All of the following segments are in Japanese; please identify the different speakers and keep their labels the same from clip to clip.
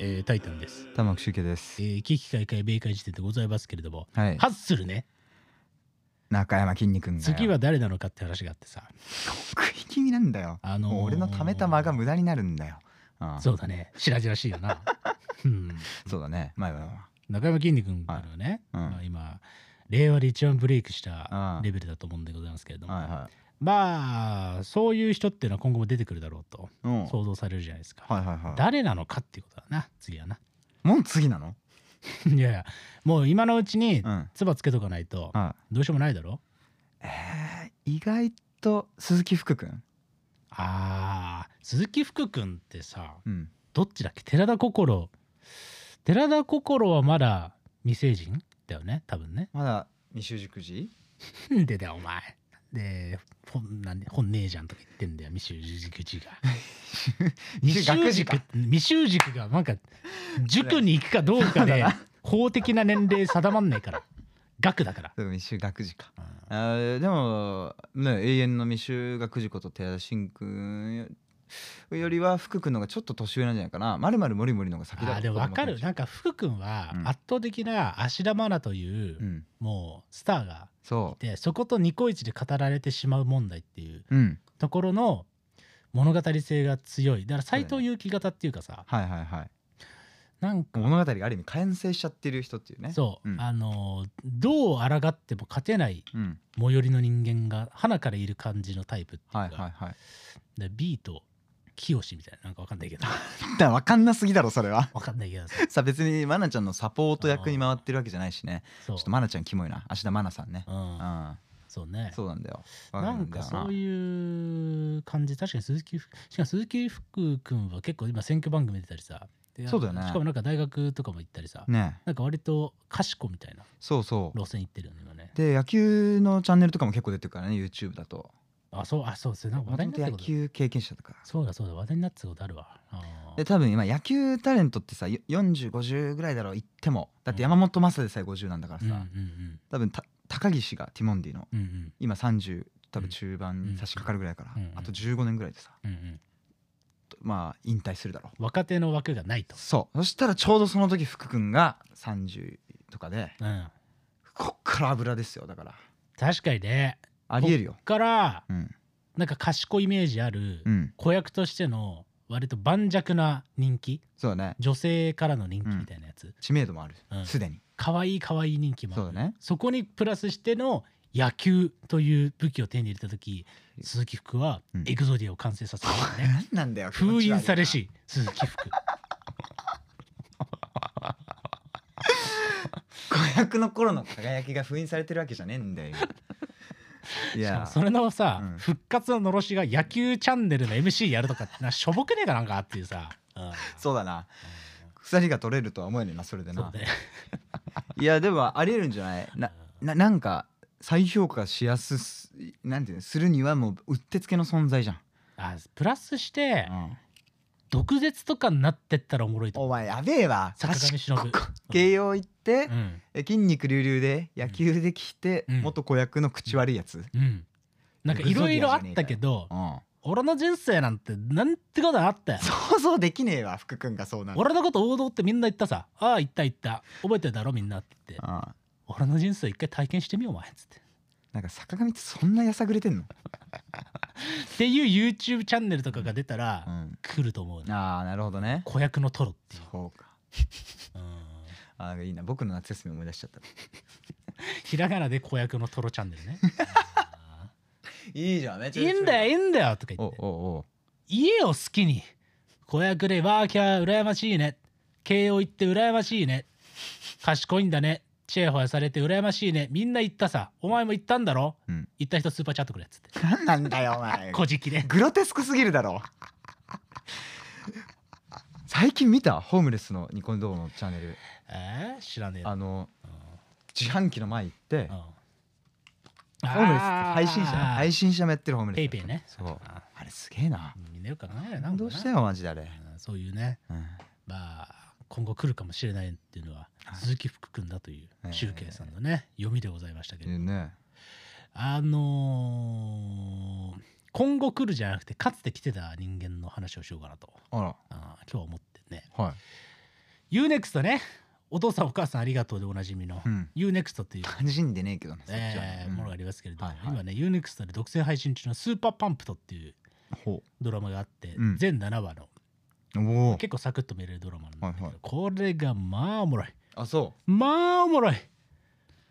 Speaker 1: えー、タイタンです。
Speaker 2: 玉木周家です
Speaker 1: え。ー、危機開会、米会時点でございますけれども、
Speaker 2: はい。
Speaker 1: ハッスルね、
Speaker 2: 中山きんに君がよ。
Speaker 1: 次は誰なのかって話があってさ、
Speaker 2: 食い気味なんだよ。
Speaker 1: あのー
Speaker 2: もう俺のため玉が無駄になるんだよ。うん
Speaker 1: そうだね、白々しいよ な。うん、
Speaker 2: そうだね。まあまあま
Speaker 1: 中山きんに君からね、
Speaker 2: はいうん
Speaker 1: まあ、今、令和で一番ブレイクした
Speaker 2: うん
Speaker 1: レベルだと思うんでございますけれど
Speaker 2: あ
Speaker 1: も、
Speaker 2: はいはい。
Speaker 1: まあ、そういう人っていうのは今後も出てくるだろうと
Speaker 2: うん。
Speaker 1: 想像されるじゃないですか。
Speaker 2: はいはいは
Speaker 1: 誰なのかっていうことだな、次はな。
Speaker 2: い。もう次なの？
Speaker 1: いやいや、もう今のうちに
Speaker 2: うん。
Speaker 1: 唾つけとかないと、
Speaker 2: は
Speaker 1: どうしようもないだろ
Speaker 2: い。えー意外と鈴木福君。
Speaker 1: あー鈴木福君ってさ
Speaker 2: うん。
Speaker 1: どっちだっけ寺田心寺田心はまだ未成人だよね多分ね
Speaker 2: まだ未就塾児？
Speaker 1: なんでだよお前で本なんで本ねえじゃんとか言ってんだよ未就塾児が
Speaker 2: 未就学児
Speaker 1: 塾
Speaker 2: か
Speaker 1: 未就塾がなんか塾に行くかどうかで法的な年齢定まんないから学だから、
Speaker 2: そう未就学児か。
Speaker 1: うん
Speaker 2: あーでもね永遠の未就学児こと寺田真君よりは福君の方がちょっと年上なんじゃないかな。まるまるもりもりの方が先だ。
Speaker 1: あーでも分かる。なんか福君は圧倒的な芦田愛菜という、
Speaker 2: うん。
Speaker 1: もうスターが
Speaker 2: そ
Speaker 1: でそことニコイチで語られてしまう問題っていう
Speaker 2: う。うん。
Speaker 1: ところの物語性が強いだから斎藤佑樹型っていうかさ
Speaker 2: はいはいはい。
Speaker 1: なんか
Speaker 2: 物語がある意味完成しちゃってる人っていうね。
Speaker 1: そう、
Speaker 2: うん
Speaker 1: あのーどう抗っても勝てない
Speaker 2: うん。
Speaker 1: 最寄りの人間が花からいる感じのタイプっていうか、
Speaker 2: はいはいはい。
Speaker 1: で B と清みたいななんかわかんないけど
Speaker 2: だわかんなすぎだろそれは。
Speaker 1: わかんないけどさ
Speaker 2: さ別にマナちゃんのサポート役に回ってるわけじゃないしね。
Speaker 1: そ
Speaker 2: ちょ
Speaker 1: う
Speaker 2: っとマナちゃんキモいな。芦田愛菜さんね。
Speaker 1: うん
Speaker 2: うん。
Speaker 1: そうね
Speaker 2: そうなんだよ。わ
Speaker 1: な
Speaker 2: る
Speaker 1: ん
Speaker 2: だ
Speaker 1: か
Speaker 2: よ
Speaker 1: そういう感じ確かに鈴木福しかも鈴木福君は結構今選挙番組出たりさで
Speaker 2: そうだよね
Speaker 1: しかもなんか大学とかも行ったりさ、
Speaker 2: ねえ。
Speaker 1: なんか割と賢みたいな
Speaker 2: そうそう。
Speaker 1: 路線行ってるよね今ね。
Speaker 2: で野球のチャンネルとかも結構出てるからね YouTube だと。
Speaker 1: あそうあそうですねなんか
Speaker 2: も
Speaker 1: 話
Speaker 2: と
Speaker 1: 題になっ
Speaker 2: もと
Speaker 1: たこ
Speaker 2: 野
Speaker 1: と。
Speaker 2: 球経験者だから。
Speaker 1: そうだそうだ話題になってたことあるわ。あー
Speaker 2: で多分今野球タレントってさ4050ぐらいだろう言ってもだって山本昌でさえ50なんだから
Speaker 1: うんうん
Speaker 2: さ、多分た高岸がティモンディの
Speaker 1: うんうん
Speaker 2: 今30多分中盤に差し掛かるぐらいだから、
Speaker 1: うんうん
Speaker 2: あと15年ぐらいでさ
Speaker 1: うんうん
Speaker 2: まあ引退するだろ
Speaker 1: うん。若手の枠がないと
Speaker 2: う。そうそしたらちょうどその時福君が30とかで
Speaker 1: うん。
Speaker 2: こっから油ですよだから
Speaker 1: 確かにね。
Speaker 2: ありえるよ
Speaker 1: こっから
Speaker 2: うん
Speaker 1: なんか賢いイメージある
Speaker 2: うん
Speaker 1: 子役としての割と盤石な人気
Speaker 2: そうだね
Speaker 1: 女性からの人気みたいなやつ。
Speaker 2: 知名度もある
Speaker 1: うん
Speaker 2: すで、に
Speaker 1: 可愛い可愛い人気もある
Speaker 2: そうだね
Speaker 1: そこにプラスしての野球という武器を手に入れた時鈴木福は
Speaker 2: うん
Speaker 1: エグゾディアを完成させたんだよね。
Speaker 2: 何なんだよ気持
Speaker 1: 封
Speaker 2: ち悪いな
Speaker 1: 印されし鈴木福
Speaker 2: 子役の頃の輝きが封印されてるわけじゃねえんだよ
Speaker 1: しか
Speaker 2: いや
Speaker 1: もそれのさ、
Speaker 2: うん
Speaker 1: 復活ののろしが野球チャンネルの MC やるとかってなしょぼくねえかなんかっていうさ、うん
Speaker 2: そうだな鎖が取れるとは思えねえなそれで
Speaker 1: そう
Speaker 2: な
Speaker 1: ね
Speaker 2: いやでもありえるんじゃないなななんか再評価しやすすなんていうのするにはもううってつけの存在じゃん、
Speaker 1: あプラスして毒舌とかになってったらおもろいと
Speaker 2: お
Speaker 1: 思う
Speaker 2: 前やべえわ
Speaker 1: 坂上忍
Speaker 2: 賢く慶応行って
Speaker 1: う、ん
Speaker 2: え筋肉隆々で野球できて、
Speaker 1: うん
Speaker 2: 元子役の口悪いやつ、うん
Speaker 1: うんなんかいろいろあったけど俺の人生なんてなんてことあったよ
Speaker 2: 想像できねえわ福君がそうなの
Speaker 1: 俺のこと王道ってみんな言ったさああ言った言った覚えてるだろみんなって言って
Speaker 2: ああ
Speaker 1: 俺の人生一回体験してみようお前っつって
Speaker 2: なんか坂上ってそんなやさぐれてんの、
Speaker 1: っていう YouTube チャンネルとかが出たら、
Speaker 2: うん、
Speaker 1: 来ると思うね
Speaker 2: ああなるほどね
Speaker 1: 子役のトロっていう、
Speaker 2: そうか
Speaker 1: うん
Speaker 2: ああいいな僕の夏休み思い出しちゃった
Speaker 1: ひらがなで子役のトロチャンネ ルね あ
Speaker 2: いいじゃんめっ
Speaker 1: ーいいんだよいいんだよとか
Speaker 2: お
Speaker 1: 言っ
Speaker 2: う
Speaker 1: て
Speaker 2: おうおう
Speaker 1: 家を好きに子役でワーキャー羨ましいね慶応行って羨ましいね賢いんだねチェーホヤされて羨ましいねみんな言ったさお前も言ったんだろ、
Speaker 2: うん
Speaker 1: 言った人スーパーチャットくれっつって
Speaker 2: 何なんだよお前
Speaker 1: 小じきで
Speaker 2: グロテスクすぎるだろ最近見たホームレスのニコン動のチャンネル
Speaker 1: えー、知らねえな
Speaker 2: あの自販機の前行って
Speaker 1: うん
Speaker 2: ホームレス配信者
Speaker 1: あー
Speaker 2: 配信者もやってるホームレス
Speaker 1: ペイペイね
Speaker 2: そう
Speaker 1: あ
Speaker 2: あれすげえな
Speaker 1: ーみんなよく考えないな
Speaker 2: 感動したよマジであれ、
Speaker 1: うんそういうね
Speaker 2: うん
Speaker 1: まあ今後来るかもしれないっていうのは
Speaker 2: はい
Speaker 1: 鈴木福君だという
Speaker 2: え
Speaker 1: 周慶さんのね読みでございましたけ
Speaker 2: い
Speaker 1: れ
Speaker 2: い
Speaker 1: ど
Speaker 2: ね
Speaker 1: あのー今後来るじゃなくてかつて来てた人間の話をしようかなと
Speaker 2: あ
Speaker 1: あー今日思ってね
Speaker 2: らはい
Speaker 1: UNEXT ねお父さんお母さんありがとうでおなじみの
Speaker 2: うん
Speaker 1: UNEXT っていう、
Speaker 2: 感じんでねえけどねそっちはね
Speaker 1: えー
Speaker 2: うん
Speaker 1: ものがありますけれども、
Speaker 2: はいはい
Speaker 1: 今ね UNEXT で独占配信中の「スーパーパンプト」っていう
Speaker 2: ほ
Speaker 1: ドラマがあって、
Speaker 2: うん
Speaker 1: 全7話の
Speaker 2: うおお
Speaker 1: 結構サクッと見れるドラマなんだけど、
Speaker 2: はいはい
Speaker 1: これがまあおもろい
Speaker 2: あそう
Speaker 1: まあおもろい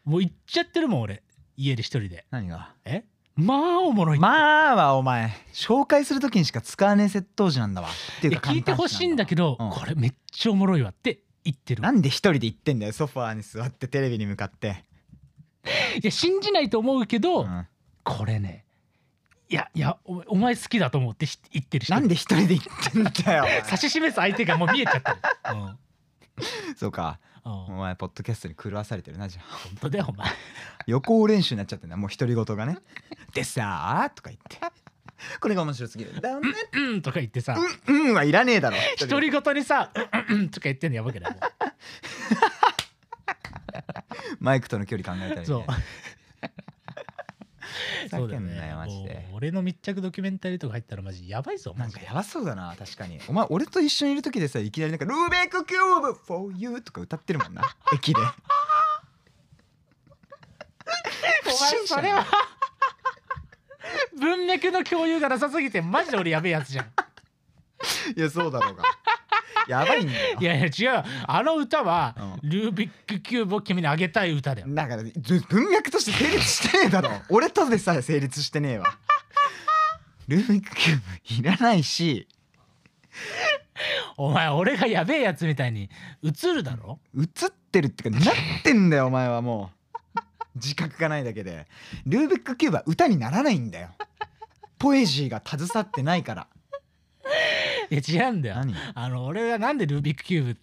Speaker 1: もう行っちゃってるもん俺家で一人で
Speaker 2: 何が
Speaker 1: えまあおもろいって
Speaker 2: まあはお前紹介するときにしか使わねえ窃盗時なんだわっていう
Speaker 1: い
Speaker 2: か
Speaker 1: や聞いてほしいんだけど、
Speaker 2: 簡単な
Speaker 1: これめっちゃおもろいわって言ってる
Speaker 2: なんで一人で言ってんだよソファーに座ってテレビに向かって、
Speaker 1: いや信じないと思うけど、
Speaker 2: うん
Speaker 1: これねいやいやお前お前好きだと思ってひ言ってる人
Speaker 2: なんで一人で言ってんだよお前
Speaker 1: 指し示す相手がもう見えちゃ ってる、うんうん、
Speaker 2: そうかお
Speaker 1: 本
Speaker 2: 前ポッドキャストに狂わされてるなじゃあ
Speaker 1: 当だよお前
Speaker 2: 予行練習になっちゃってんだもう独り言がね 「でさー」とか言ってこれが面白すぎる「だね
Speaker 1: うんとか言ってさ
Speaker 2: うんうん」はいらねえだろ
Speaker 1: 独り言にさうんうんうんとか言ってんのやばくないもう
Speaker 2: マイクとの距離考えたり
Speaker 1: そう
Speaker 2: ね
Speaker 1: そうだよ
Speaker 2: ふざけんな
Speaker 1: ね
Speaker 2: よマジで
Speaker 1: もう俺の密着ドキュメンタリーとか入ったらマジやばいぞマ
Speaker 2: なん
Speaker 1: ジ
Speaker 2: か
Speaker 1: で
Speaker 2: やばそうだな確かにお前俺と一緒にいる時でさいきなりなんか「ルーベックキューブ for you」とか歌ってるもんな駅で
Speaker 1: お前それは文脈の共有がなさすぎてマジで俺やべえやつじゃん
Speaker 2: いやそうだろうがやばいんだよ
Speaker 1: いやいや違うあの歌は、
Speaker 2: う
Speaker 1: ルービックキューブを君にあげたい歌だよ
Speaker 2: だからず文脈として成立してねえだろ俺とでさえ成立してねえわルービックキューブいらないし
Speaker 1: お前俺がやべえやつみたいに映るだろ
Speaker 2: 映ってるってかなってんだよお前はもう自覚がないだけでルービックキューブは歌にならないんだよポエジーが携わってないから
Speaker 1: いや違うんだよ
Speaker 2: 何、
Speaker 1: あの俺がなんでルービックキューブって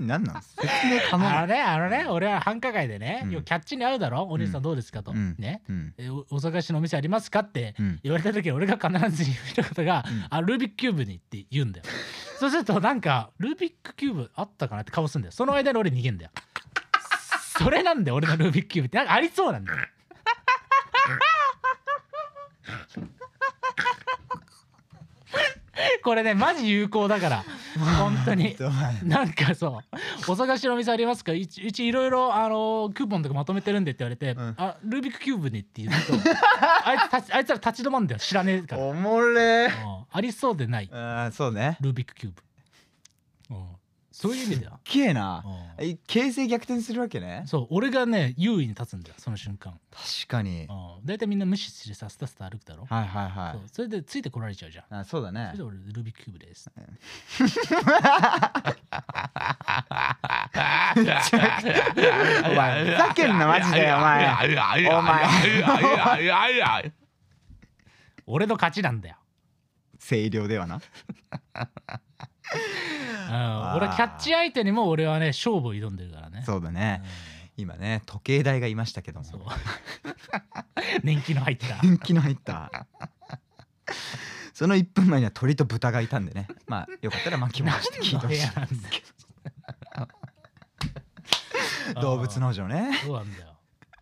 Speaker 2: うん、 何なん説明可能
Speaker 1: あの
Speaker 2: な
Speaker 1: ねあのね俺は繁華街でね、
Speaker 2: うん
Speaker 1: 要はキャッチに合うだろお兄さんどうですかと、
Speaker 2: うん
Speaker 1: ね
Speaker 2: うん
Speaker 1: えおお探しのお店ありますかって
Speaker 2: うん
Speaker 1: 言われた時に俺が必ず言う一言が、
Speaker 2: うん
Speaker 1: あルービックキューブにって言 うんだよそうするとなんかルービックキューブあったかなって顔すんだよその間に俺逃げんだよそれなんだよ俺のルービックキューブってなんかありそうなんだよこれねマジ有効だ から本当に
Speaker 2: お前
Speaker 1: なんかそう「お探しのお店ありますかうちうちいろいろあのクーポンとかまとめてるんで」って言われて「
Speaker 2: ん
Speaker 1: あルービックキューブに」って言うとあいつ立ちあいつら立ち止まんだよ知らねえから、
Speaker 2: おもれ
Speaker 1: うんありそうでない
Speaker 2: あーそうね
Speaker 1: ルービックキューブ、うんそういう意味では、
Speaker 2: きえな
Speaker 1: う
Speaker 2: え形勢逆転するわけね
Speaker 1: んそう俺がね優位に立つんだよその瞬間、
Speaker 2: 確かに
Speaker 1: うん、大体みんな無視してさスタスタ歩くだろ、
Speaker 2: はいはいはい
Speaker 1: そうそれでついてこられちゃうじゃん
Speaker 2: あそうだ
Speaker 1: そ
Speaker 2: ね
Speaker 1: れで俺ルービックキューブです
Speaker 2: お前ふざけんなマジでお前 お
Speaker 3: 前
Speaker 1: 俺の勝ちなんだよ、
Speaker 2: 声量ではな
Speaker 1: うん、俺はキャッチ相手にも俺はね勝負を挑んでるからね
Speaker 2: そうだ
Speaker 1: う
Speaker 2: ね
Speaker 1: ん
Speaker 2: 今ね時計台がいましたけども
Speaker 1: そう年季の入った
Speaker 2: 人気の入ったその1分前には鳥と豚がいたんでねまあよかったら巻き戻して聞いてほしい動物農場ね
Speaker 1: そうなんだよ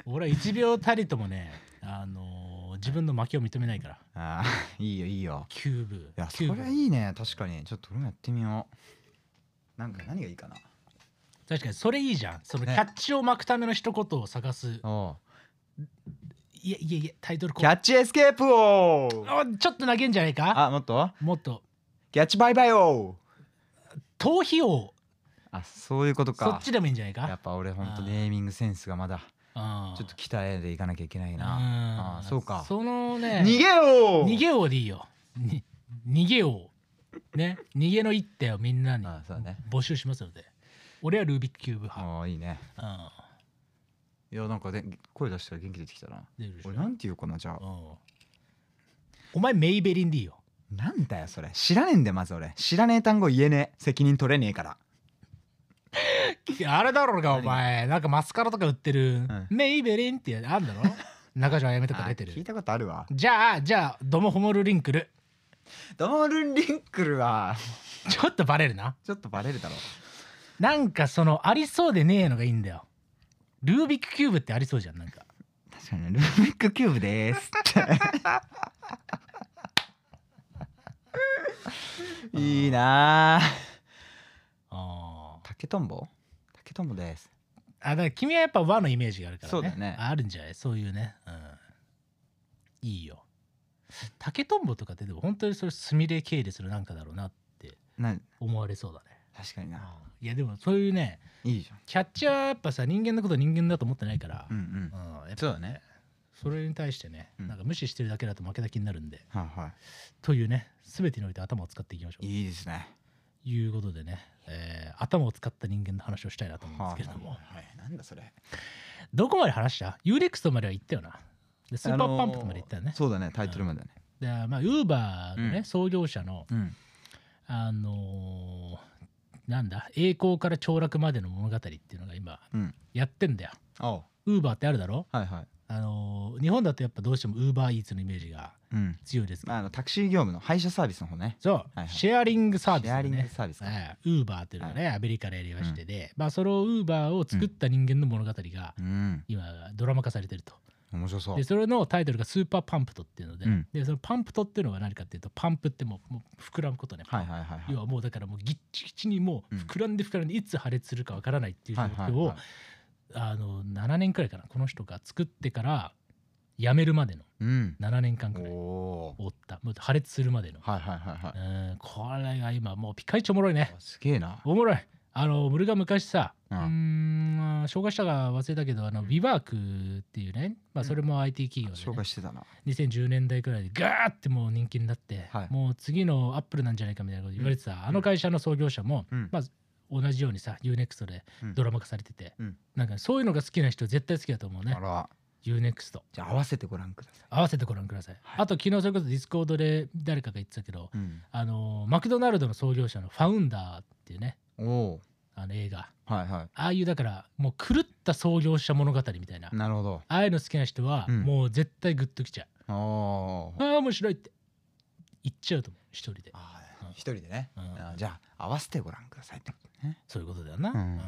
Speaker 1: 俺は1秒たりともねあのー自分の負けを認めないから
Speaker 2: あーいいよいいよ
Speaker 1: キューブ
Speaker 2: いやそ
Speaker 1: キュ
Speaker 2: れ
Speaker 1: ーブ
Speaker 2: いいね確かにちょっと俺もやってみようなんか何がいいかな
Speaker 1: 確かにそれいいじゃんそのキ
Speaker 2: ね
Speaker 1: ャッチを巻くための一言を探す、
Speaker 2: お
Speaker 1: いやいやいやタイトルコ
Speaker 2: キ
Speaker 1: ール
Speaker 2: ャッチエスケープを
Speaker 1: あちょっと投げんじゃないか
Speaker 2: あもっと
Speaker 1: もっと
Speaker 2: キャッチバイバイを
Speaker 1: 逃避王
Speaker 2: あそういうことか
Speaker 1: そっちでもいいんじゃない
Speaker 2: や
Speaker 1: か
Speaker 2: っぱ俺ほんとネーミングセンスがまだ
Speaker 1: ち
Speaker 2: ちょっと鍛えていかなきゃいけないな
Speaker 1: な
Speaker 2: あそうか
Speaker 1: そのね
Speaker 2: 逃げよう
Speaker 1: 逃げ王でいいよ。に逃げ王。ね、逃げの一手をみんなに
Speaker 2: あそうだね
Speaker 1: 募集しますので。俺はルービックキューブ派。
Speaker 2: ああいいね
Speaker 1: う
Speaker 2: いやなんかで声出したら元気出てきたなん
Speaker 1: 出るでしょ
Speaker 2: 俺なんて言うかなじゃあ
Speaker 1: うんお前メイベリンでいいよ。
Speaker 2: なんだよそれ知らねえんだよまず俺知らねえ単語言えねえ責任取れねえから
Speaker 1: あれだろうがお前、なんかマスカラとか売ってる、
Speaker 2: ん
Speaker 1: メイベリンってあんだ ろ中条あやめとか出て
Speaker 2: あ聞い
Speaker 1: る。
Speaker 2: たことあるわ
Speaker 1: じゃあ、じゃあ、ドモホモルリンクル。
Speaker 2: ドールリンクルは
Speaker 1: ちょっとバレるな。
Speaker 2: ちょっとバレるだろ
Speaker 1: なんかそのありそうでねえのがいいんだよ。ルービックキューブってありそうじゃん、なんか。
Speaker 2: 確確かにねルービックキューブでーすって いいなあ
Speaker 1: あー
Speaker 2: 竹とんぼ竹とんぼです
Speaker 1: あだから君はやっぱ和のイメージがあるからね
Speaker 2: そうだね
Speaker 1: ああるんじゃないそういうね、うん、いいよ竹とんぼとかってでも本当にそれすみれ系列のなんかだろうなって
Speaker 2: な
Speaker 1: 思われそうだね
Speaker 2: 確かにない
Speaker 1: やでもそういうね
Speaker 2: いいじ
Speaker 1: キャッチャーはやっぱさ人間のこと人間だと思ってないから、
Speaker 2: ゃんうん
Speaker 1: うんやっぱ
Speaker 2: そうだね
Speaker 1: それに対してね、
Speaker 2: うん
Speaker 1: なんか無視してるだけだと負けた気になるんで
Speaker 2: うんはいは
Speaker 1: というね全てにおいて頭を使っていきましょう
Speaker 2: いいいですね
Speaker 1: ということでね、えー頭を使った人間の話をしたいなと思うんですけれども、
Speaker 2: はいなんだそれ
Speaker 1: どこまで話した ?UNEXT までは行ったよな。でスーパーパンプまで行ったよね。
Speaker 2: そうだねタイトルまでね
Speaker 1: でまあ、ウーバーのね、
Speaker 2: うん
Speaker 1: 創業者の、
Speaker 2: うん
Speaker 1: あのーなんだ、栄光から凋落までの物語っていうのが今、
Speaker 2: うん
Speaker 1: やってんだよ。
Speaker 2: おう
Speaker 1: ウーバーってあるだろ
Speaker 2: はいはい
Speaker 1: あのー日本だとやっぱどうしてもウーバーイーツのイメージが
Speaker 2: うん
Speaker 1: 強いですけど、
Speaker 2: まああのタクシー業務の配車サービスの方ね
Speaker 1: そう、
Speaker 2: はい
Speaker 1: シェアリングサービス、ね、
Speaker 2: シェアリングサービスか
Speaker 1: ウーバーっていうのがね、アメリカでやりましてで、まあそのウーバーを作った人間の物語が
Speaker 2: うん
Speaker 1: 今ドラマ化されてると。
Speaker 2: 面白そう
Speaker 1: でそれのタイトルが「スーパーパンプト」っていうので,、
Speaker 2: うん
Speaker 1: でそのパンプトっていうのは何かっていうとパンプってもうもう膨らむことね、
Speaker 2: はいはいはいはい
Speaker 1: 要はもうだからもうギッチギチにもう
Speaker 2: うん
Speaker 1: 膨らんで膨らんでいつ破裂するかわからないっていう状
Speaker 2: はいはい
Speaker 1: 況を、
Speaker 2: はい
Speaker 1: あの7年くらいかなこの人が作ってから辞めるまでの
Speaker 2: うん
Speaker 1: 7年間く
Speaker 2: お
Speaker 1: らい
Speaker 2: お
Speaker 1: 追ったもう破裂するまでの、
Speaker 2: はいはいはいは
Speaker 1: うんこれが今もうピカイチおもろいね
Speaker 2: いすげえな
Speaker 1: おもろいあの俺が昔さう
Speaker 2: うん
Speaker 1: ーん紹介したか忘れたけどあの WeWork っていうね、まあ、それも IT 企業で、ね
Speaker 2: 紹介してたな
Speaker 1: 2010年代くらいでガーってもう人気になって、
Speaker 2: はい
Speaker 1: もう次のアップルなんじゃないかみたいなこと言われてた、あの会社の創業者も、
Speaker 2: うん
Speaker 1: まあ同じようにさ UNEXT で
Speaker 2: うん
Speaker 1: ドラマ化されてて、
Speaker 2: うん
Speaker 1: なんかそういうのが好きな人は絶対好きだと思うね
Speaker 2: あら
Speaker 1: UNEXT
Speaker 2: じゃあ合わせてご覧ください
Speaker 1: 合わせてご覧ください、
Speaker 2: はい
Speaker 1: あと昨日それこそディスコードで誰かが言ってたけど、
Speaker 2: うん
Speaker 1: あのーマクドナルドの創業者のファウンダーっていうね
Speaker 2: おお
Speaker 1: あの映画
Speaker 2: はいは
Speaker 1: ああいうだからもう狂った創業者物語みたいな、
Speaker 2: い
Speaker 1: あ
Speaker 2: なるほど
Speaker 1: あいうの好きな人は、
Speaker 2: うん
Speaker 1: もう絶対グッときちゃ
Speaker 2: おお
Speaker 1: うああ面白いって言っちゃうと思う一人で
Speaker 2: あ
Speaker 1: うん
Speaker 2: ー一人でね、
Speaker 1: うん
Speaker 2: あーじゃあ合わせてご覧くださいってことね
Speaker 1: そういうことだよな。
Speaker 2: うん
Speaker 1: うん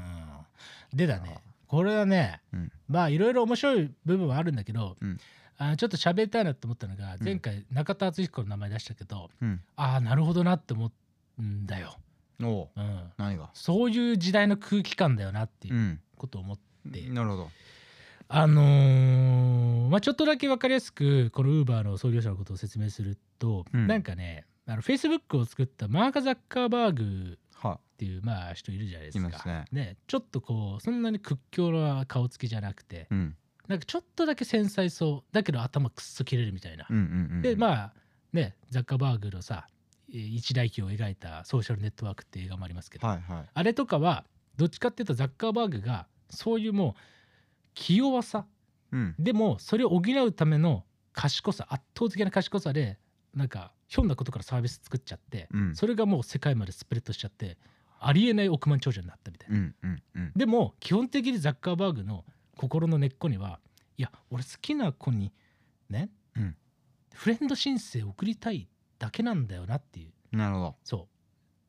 Speaker 1: でだねこれはね、
Speaker 2: うん
Speaker 1: まあいろいろ面白い部分はあるんだけど、
Speaker 2: うん
Speaker 1: あちょっと喋りたいなと思ったのが前回中田敦彦の名前出したけど、
Speaker 2: うん
Speaker 1: ああなるほどなって思うんだよ、
Speaker 2: おお
Speaker 1: うん。
Speaker 2: 何が
Speaker 1: そういう時代の空気感だよなっていううんことを思って。
Speaker 2: なるほど
Speaker 1: あのーまあ、ちょっとだけ分かりやすくこのウーバーの創業者のことを説明すると、
Speaker 2: うん
Speaker 1: なんかねあの Facebook を作ったマーク・ザッカーバーグ
Speaker 2: は
Speaker 1: っていうまあ人いるじゃないです
Speaker 2: い
Speaker 1: か。
Speaker 2: ますね
Speaker 1: ちょっとこうそんなに屈強な顔つきじゃなくて、
Speaker 2: うん
Speaker 1: なんかちょっとだけ繊細そうだけど頭くっそ切れるみたいな。
Speaker 2: うんうんうん
Speaker 1: で
Speaker 2: あ
Speaker 1: まあねザッカーバーグのさえー一大期を描いた「ソーシャルネットワーク」って映画もありますけど、
Speaker 2: はいはい
Speaker 1: あれとかはどっちかっていうとザッカーバーグがそういうもう器用さ
Speaker 2: うん
Speaker 1: でもそれを補うための賢さ圧倒的な賢さでなんかひょんなことからサービス作っちゃって、
Speaker 2: うん
Speaker 1: それがもう世界までスプレッドしちゃってありえない億万長者になったみたいな。
Speaker 2: うんうんうん
Speaker 1: でも基本的にザッカーバーグの心の根っこにはいや俺好きな子にね、
Speaker 2: うん
Speaker 1: フレンド申請送りたいだけなんだよなっていう
Speaker 2: なるほど
Speaker 1: そう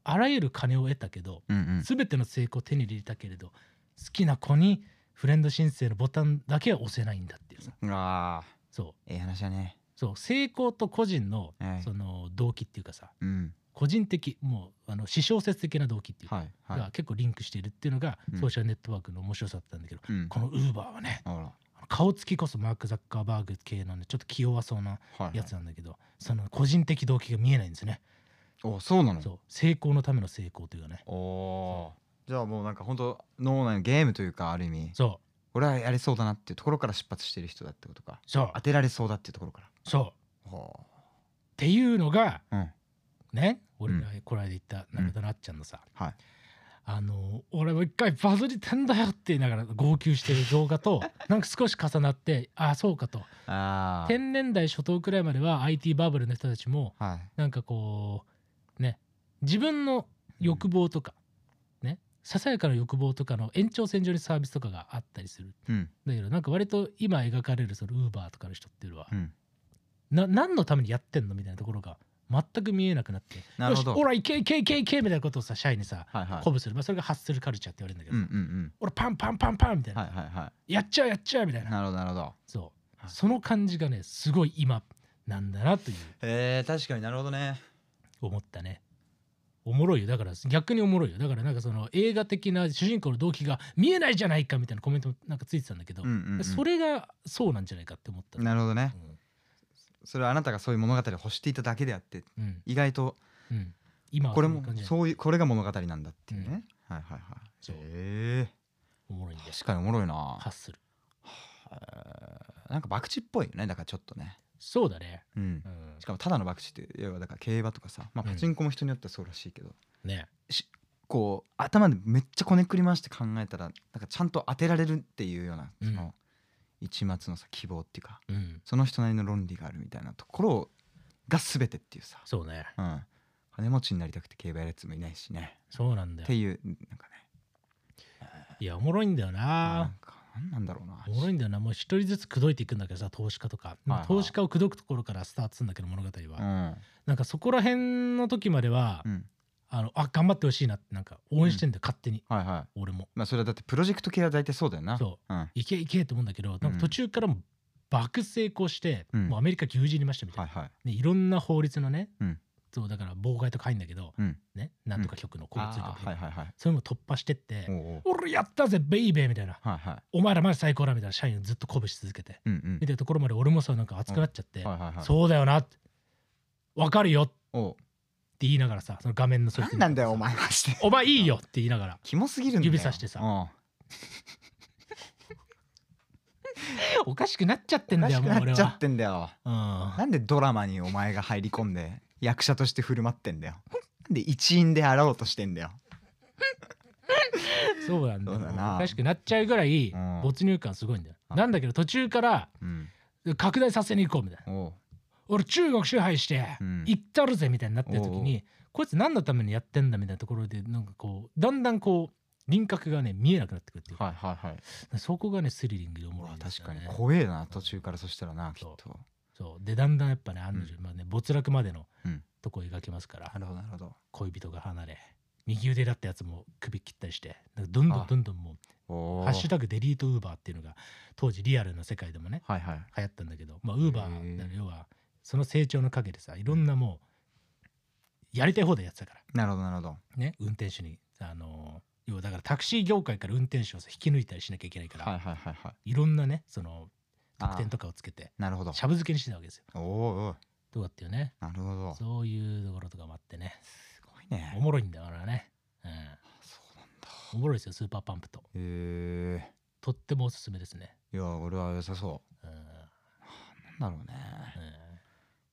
Speaker 1: あらゆる金を得たけど
Speaker 2: うんうん
Speaker 1: 全ての成功を手に入れたけれど好きな子にフレンド申請のボタンだけは押せないんだっていうさ
Speaker 2: うわー
Speaker 1: そう
Speaker 2: ええ話だね
Speaker 1: そう成功と個人の
Speaker 2: はい
Speaker 1: その動機っていうかさ
Speaker 2: うん
Speaker 1: 個人的もうあの私小説的な動機っていうか
Speaker 2: はいは
Speaker 1: が結構リンクしているっていうのが
Speaker 2: うん
Speaker 1: ソーシャルネットワークの面白さだったんだけど
Speaker 2: いうん
Speaker 1: このウーバーはね
Speaker 2: あらは
Speaker 1: 顔つきこそマーク・ザッカーバーグ系のねちょっと気弱そうない
Speaker 2: はい
Speaker 1: やつなんだけどその個人的動機が見えないんですね
Speaker 2: おそうなの
Speaker 1: そう成功のための成功というかね
Speaker 2: おおーじゃあもうなんか本当脳内のゲームというかある意味
Speaker 1: そ
Speaker 2: 俺はやれそうだなっていうところから出発してる人だってことか
Speaker 1: うそう
Speaker 2: 当てられそうだっていうところから
Speaker 1: そうっ
Speaker 2: ほう
Speaker 1: ていうのが
Speaker 2: うん
Speaker 1: ね俺がこの間言った中田なっちゃんのさ
Speaker 2: はい
Speaker 1: あの俺も一回バズりてんだよって言いながら号泣してる動画となんか少し重なってああそうかと
Speaker 2: あ
Speaker 1: 天然代初頭くらいまでは IT バブルの人たちも
Speaker 2: あはい
Speaker 1: なんかこうね自分の欲望とか、ねささやかな欲望とかの延長線上にサービスとかがあったりする
Speaker 2: うん
Speaker 1: だけどなんか割と今描かれるそのウーバーとかの人っていうのは、
Speaker 2: うん
Speaker 1: な何のためにやってんのみたいなところが全く見えなくなって
Speaker 2: なるほど
Speaker 1: よしほらいけいけいけいけみたいなことをさ社員にさ
Speaker 2: はいはい
Speaker 1: 鼓舞する、まあ、それが発するカルチャーって言われるんだけ
Speaker 2: う
Speaker 1: ど
Speaker 2: ん
Speaker 1: さ、
Speaker 2: うん
Speaker 1: 俺パンパンパンパンみたい
Speaker 2: うん
Speaker 1: な、
Speaker 2: はいはいは
Speaker 1: やっちゃうやっちゃうみたい
Speaker 2: い
Speaker 1: な
Speaker 2: なるほどなるほど
Speaker 1: そう
Speaker 2: はい
Speaker 1: その感じがねすごい今なんだなという
Speaker 2: えー、確かになるほどね
Speaker 1: 思ったねおもろいよだから逆におもろいよだからなんかその映画的な主人公の動機が見えないじゃないかみたいなコメントもなんかついてたんだけど、
Speaker 2: うんうん、うん、
Speaker 1: それがそうなんじゃないかって思った
Speaker 2: なるほどね
Speaker 1: うん
Speaker 2: それはあなたがそういう物語を欲していただけであって
Speaker 1: うん
Speaker 2: 意外と
Speaker 1: うん、今は
Speaker 2: これ
Speaker 1: そ
Speaker 2: も
Speaker 1: んな感じなんだ
Speaker 2: そういうこれが物語なんだっていうね、はいはいはい
Speaker 1: そう
Speaker 2: へ
Speaker 1: おもろい
Speaker 2: え
Speaker 1: んで
Speaker 2: 確かにおもろいな
Speaker 1: 発する
Speaker 2: はいなんか博打っぽいよねだからちょっとね
Speaker 1: そうだね、
Speaker 2: うん
Speaker 1: うん
Speaker 2: し、かもただの博打って要はだから競馬とかさ、まあ、
Speaker 1: うん
Speaker 2: パチンコも人によってはそうらしいけど、
Speaker 1: ね
Speaker 2: こう頭でめっちゃこねくり回して考えたらなんかちゃんと当てられるっていうような
Speaker 1: うん
Speaker 2: その一末のさ希望っていうか
Speaker 1: うん
Speaker 2: その人なりの論理があるみたいなところが全てっていうさ、
Speaker 1: そうね
Speaker 2: うん、金持ちになりたくて競馬やるやつもいないしね
Speaker 1: そうなんだ
Speaker 2: っ
Speaker 1: よ
Speaker 2: ていうなんかね
Speaker 1: いやおもろいんだよ
Speaker 2: な
Speaker 1: なん
Speaker 2: かなんなんだろうな
Speaker 1: おもろいんだよなもう一人ずつ口説いていくんだけどさ投資家とか、
Speaker 2: はいはい
Speaker 1: 投資家を口説くところからスタートするんだけど物語は、なんかそこら辺の時までは、
Speaker 2: うん、うん、
Speaker 1: あのあ頑張ってほしいなってなんか応援してんだよ、勝手に
Speaker 2: はいはい
Speaker 1: 俺も
Speaker 2: まあそれはだってプロジェクト系は大体そうだよな、
Speaker 1: そう
Speaker 2: ん、はい
Speaker 1: いけいけと思うんだけどなんか途中からもう爆成功して、
Speaker 2: うん
Speaker 1: もうアメリカ牛耳りましたみたいな、
Speaker 2: はい
Speaker 1: ね、いろんな法律のね、
Speaker 2: うん
Speaker 1: そうだから妨害とか入んだけど、
Speaker 2: うん
Speaker 1: ね、なんとか局の交通局
Speaker 2: あ
Speaker 1: と
Speaker 2: ー
Speaker 1: か、
Speaker 2: はいはいはい
Speaker 1: それも突破してって
Speaker 2: おうお
Speaker 1: 「
Speaker 2: う
Speaker 1: 俺やったぜベイベー」みたいな
Speaker 2: はいはい
Speaker 1: 「お前らまだ最高だ」みたいな社員をずっと鼓舞し続けて
Speaker 2: うんうん
Speaker 1: みたいなところまで俺もさなんか熱くなっちゃって
Speaker 2: はいはいは
Speaker 1: 「
Speaker 2: い
Speaker 1: そうだよな」って「わかるよ」って
Speaker 2: おう
Speaker 1: 言いながらさその画面のそいつ
Speaker 2: 何
Speaker 1: に
Speaker 2: なんだよお前マジで
Speaker 1: お前いいよって言いながら
Speaker 2: キモすぎるんだよ
Speaker 1: 指さしてさ
Speaker 2: うん
Speaker 1: おかしくなっちゃってん
Speaker 2: おか
Speaker 1: だ
Speaker 2: し
Speaker 1: よ
Speaker 2: く
Speaker 1: もう俺
Speaker 2: なっちゃっ
Speaker 1: は
Speaker 2: てんだよ
Speaker 1: うん
Speaker 2: なんでドラマにお前が入り込んで役者として振る舞ってんだよなんで一員であろうとしてんだよ
Speaker 1: そうなんだよ
Speaker 2: そうだな
Speaker 1: おかしくなっちゃうぐらい
Speaker 2: うん
Speaker 1: 没入感すごいんだよ
Speaker 2: あ
Speaker 1: なんだけど途中から
Speaker 2: うん
Speaker 1: 拡大させに行こうみたいな
Speaker 2: おう
Speaker 1: 俺中国支配して
Speaker 2: うん
Speaker 1: 行ったるぜみたいになってる時
Speaker 2: お
Speaker 1: にこいつ何のためにやってんだみたいなところでなんかこうだんだんこう輪郭がね見えなくなってくるっていうか
Speaker 2: はいはいはい
Speaker 1: そこがねスリリングでおも
Speaker 2: う
Speaker 1: ろい
Speaker 2: わ
Speaker 1: んです
Speaker 2: 確
Speaker 1: よ
Speaker 2: か
Speaker 1: ね
Speaker 2: に怖えな途中からそしたらなきっ
Speaker 1: そう
Speaker 2: と
Speaker 1: そうでだんだんやっぱね案の定まあね没落までの
Speaker 2: うん
Speaker 1: とこ描けますから
Speaker 2: なるほどなるほど
Speaker 1: 恋人が離れ右腕だったやつも首切ったりしてなんかどんどんどんどんもう
Speaker 2: おお
Speaker 1: ハッシュタグデリートウーバーっていうのが当時リアルな世界でもね
Speaker 2: はいはい
Speaker 1: 流行ったんだけどまあウーバ
Speaker 2: へ
Speaker 1: ー
Speaker 2: え
Speaker 1: なら要はその成長の陰でさいろんなもうやりたい放題やってたから
Speaker 2: なるほどなるほど
Speaker 1: ね運転手にあの要はだからタクシー業界から運転手をさ引き抜いたりしなきゃいけないから、
Speaker 2: はいはいはいはい
Speaker 1: い、ろんなねその
Speaker 2: あー
Speaker 1: 特典とかをつけて
Speaker 2: なるほど
Speaker 1: しゃぶ漬けにしてたわけですよ
Speaker 2: おおう
Speaker 1: とかっていうね
Speaker 2: なるほどす
Speaker 1: そういうところとかもあってね
Speaker 2: ごいね
Speaker 1: おもろいんだからね、う
Speaker 2: そうなんだ
Speaker 1: ん、おもろいですよスーパーパンプと
Speaker 2: へえ
Speaker 1: とってもおすすめですね、
Speaker 2: いや俺は良さそ
Speaker 1: うんうん、
Speaker 2: うなんだろうね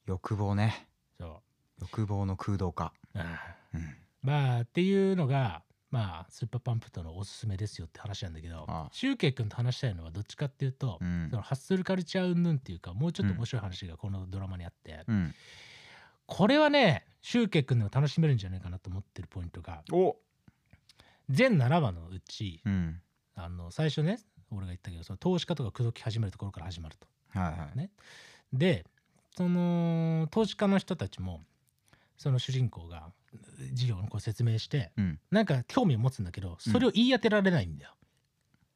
Speaker 2: 欲望ね
Speaker 1: そ
Speaker 2: 欲望の空洞化
Speaker 1: う、うん、
Speaker 2: うん
Speaker 1: まあっていうのがまあスーパーパンプとのおすすめですよって話なんだけど
Speaker 2: ああ
Speaker 1: シュウケイ君と話したいのはどっちかっていうと、
Speaker 2: うん
Speaker 1: そのハッスルカルチャー云々っていうかもうちょっと面白い話がこのドラマにあって、
Speaker 2: うん
Speaker 1: これはねシュウケイ君でも楽しめるんじゃないかなと思ってるポイントが
Speaker 2: お
Speaker 1: 全7話のうち
Speaker 2: うん
Speaker 1: あの最初ね俺が言ったけどその投資家とか口説き始めるところから始まると。
Speaker 2: はいはい
Speaker 1: ねでその投資家の人たちもその主人公が事業のこう説明して
Speaker 2: うん
Speaker 1: なんか興味を持つんだけどそれを言い当てられないんだよ。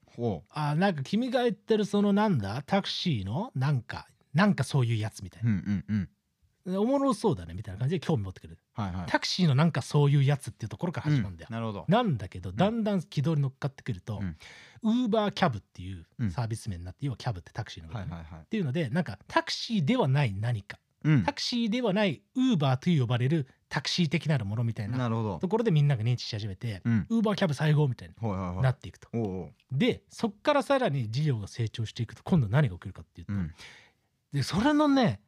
Speaker 2: ほ
Speaker 1: あーなんか君が言ってるそのなんだタクシーのなんかなんかそういうやつみたいう
Speaker 2: う
Speaker 1: な、
Speaker 2: んうんうん
Speaker 1: おもろそうだねみたいな感じで興味持ってくる、
Speaker 2: はいはい
Speaker 1: タクシーのなんかそういうやつっていうところから始まるんだよ
Speaker 2: う、なるほど
Speaker 1: なんだけどだんだん軌道に乗っかってくると
Speaker 2: うん
Speaker 1: ウーバーキャブっていう
Speaker 2: うん
Speaker 1: サービス名になって、要はキャブってタクシーのこと
Speaker 2: は
Speaker 1: ね、
Speaker 2: いはいはい
Speaker 1: っていうのでなんかタクシーではない何か
Speaker 2: うん
Speaker 1: タクシーではないウーバーと呼ばれるタクシー的なるものみたいな
Speaker 2: なるほど
Speaker 1: ところでみんなが認知し始めて、
Speaker 2: うん
Speaker 1: ウーバーキャブ最高みたい
Speaker 2: はいはい
Speaker 1: に
Speaker 2: は
Speaker 1: ないっていくと。
Speaker 2: おうおう
Speaker 1: でそっからさらに事業が成長していくと今度何が起きるかっていうと、
Speaker 2: うん
Speaker 1: でそれのね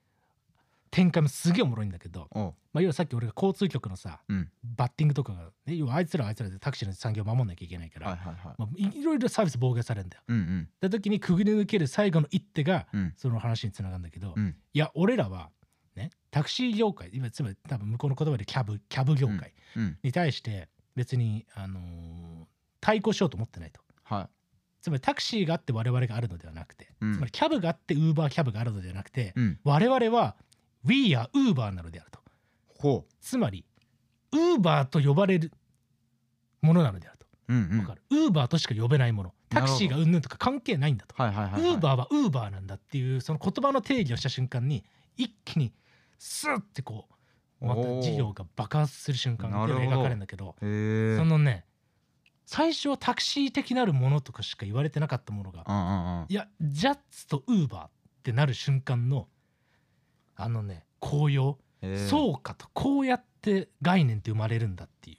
Speaker 1: 展開もすげえおもろいんだけど、
Speaker 2: おう
Speaker 1: まあ、要はさっき俺が交通局のさ
Speaker 2: うん
Speaker 1: バッティングとかが、ね、要はあいつらはあいつらでタクシーの産業を守んなきゃいけないから、
Speaker 2: はいはいはい
Speaker 1: まあ、いいろいろサービス妨害されるんだよ。
Speaker 2: うんうん
Speaker 1: だ時にくぐり抜ける最後の一手が
Speaker 2: うん
Speaker 1: その話につながるんだけど、
Speaker 2: う
Speaker 1: い
Speaker 2: ん
Speaker 1: や俺らはねタクシー業界今つまり多分向こうの言葉でキャブキャブ業界
Speaker 2: うん
Speaker 1: に対して別に、あのー対抗しようと思ってないと。
Speaker 2: はい
Speaker 1: つまりタクシーがあって我々があるのではなくて、
Speaker 2: うん
Speaker 1: つまりキャブがあってウーバーキャブがあるのではなくて、
Speaker 2: うん
Speaker 1: 我々は We are Uber なのであると
Speaker 2: ほ
Speaker 1: つまりウーバーと呼ばれるものなのであると
Speaker 2: ううんうん
Speaker 1: わかる、ウーバーとしか呼べないものタクシーがうんぬんとか関係ないんだと
Speaker 2: はいはいはいはい
Speaker 1: ウーバーはウーバーなんだっていうその言葉の定義をした瞬間に一気にスッてこうまた
Speaker 2: おー
Speaker 1: 事業が爆発する瞬間が
Speaker 2: なるほど
Speaker 1: 描かれるんだけど
Speaker 2: へ
Speaker 1: そ
Speaker 2: ー
Speaker 1: のね最初はタクシー的なるものとかしか言われてなかったものが
Speaker 2: うんうんうん
Speaker 1: いやジャッツとウーバーってなる瞬間のあのね紅葉
Speaker 2: へー
Speaker 1: そうかとこうやって概念って生まれるんだってい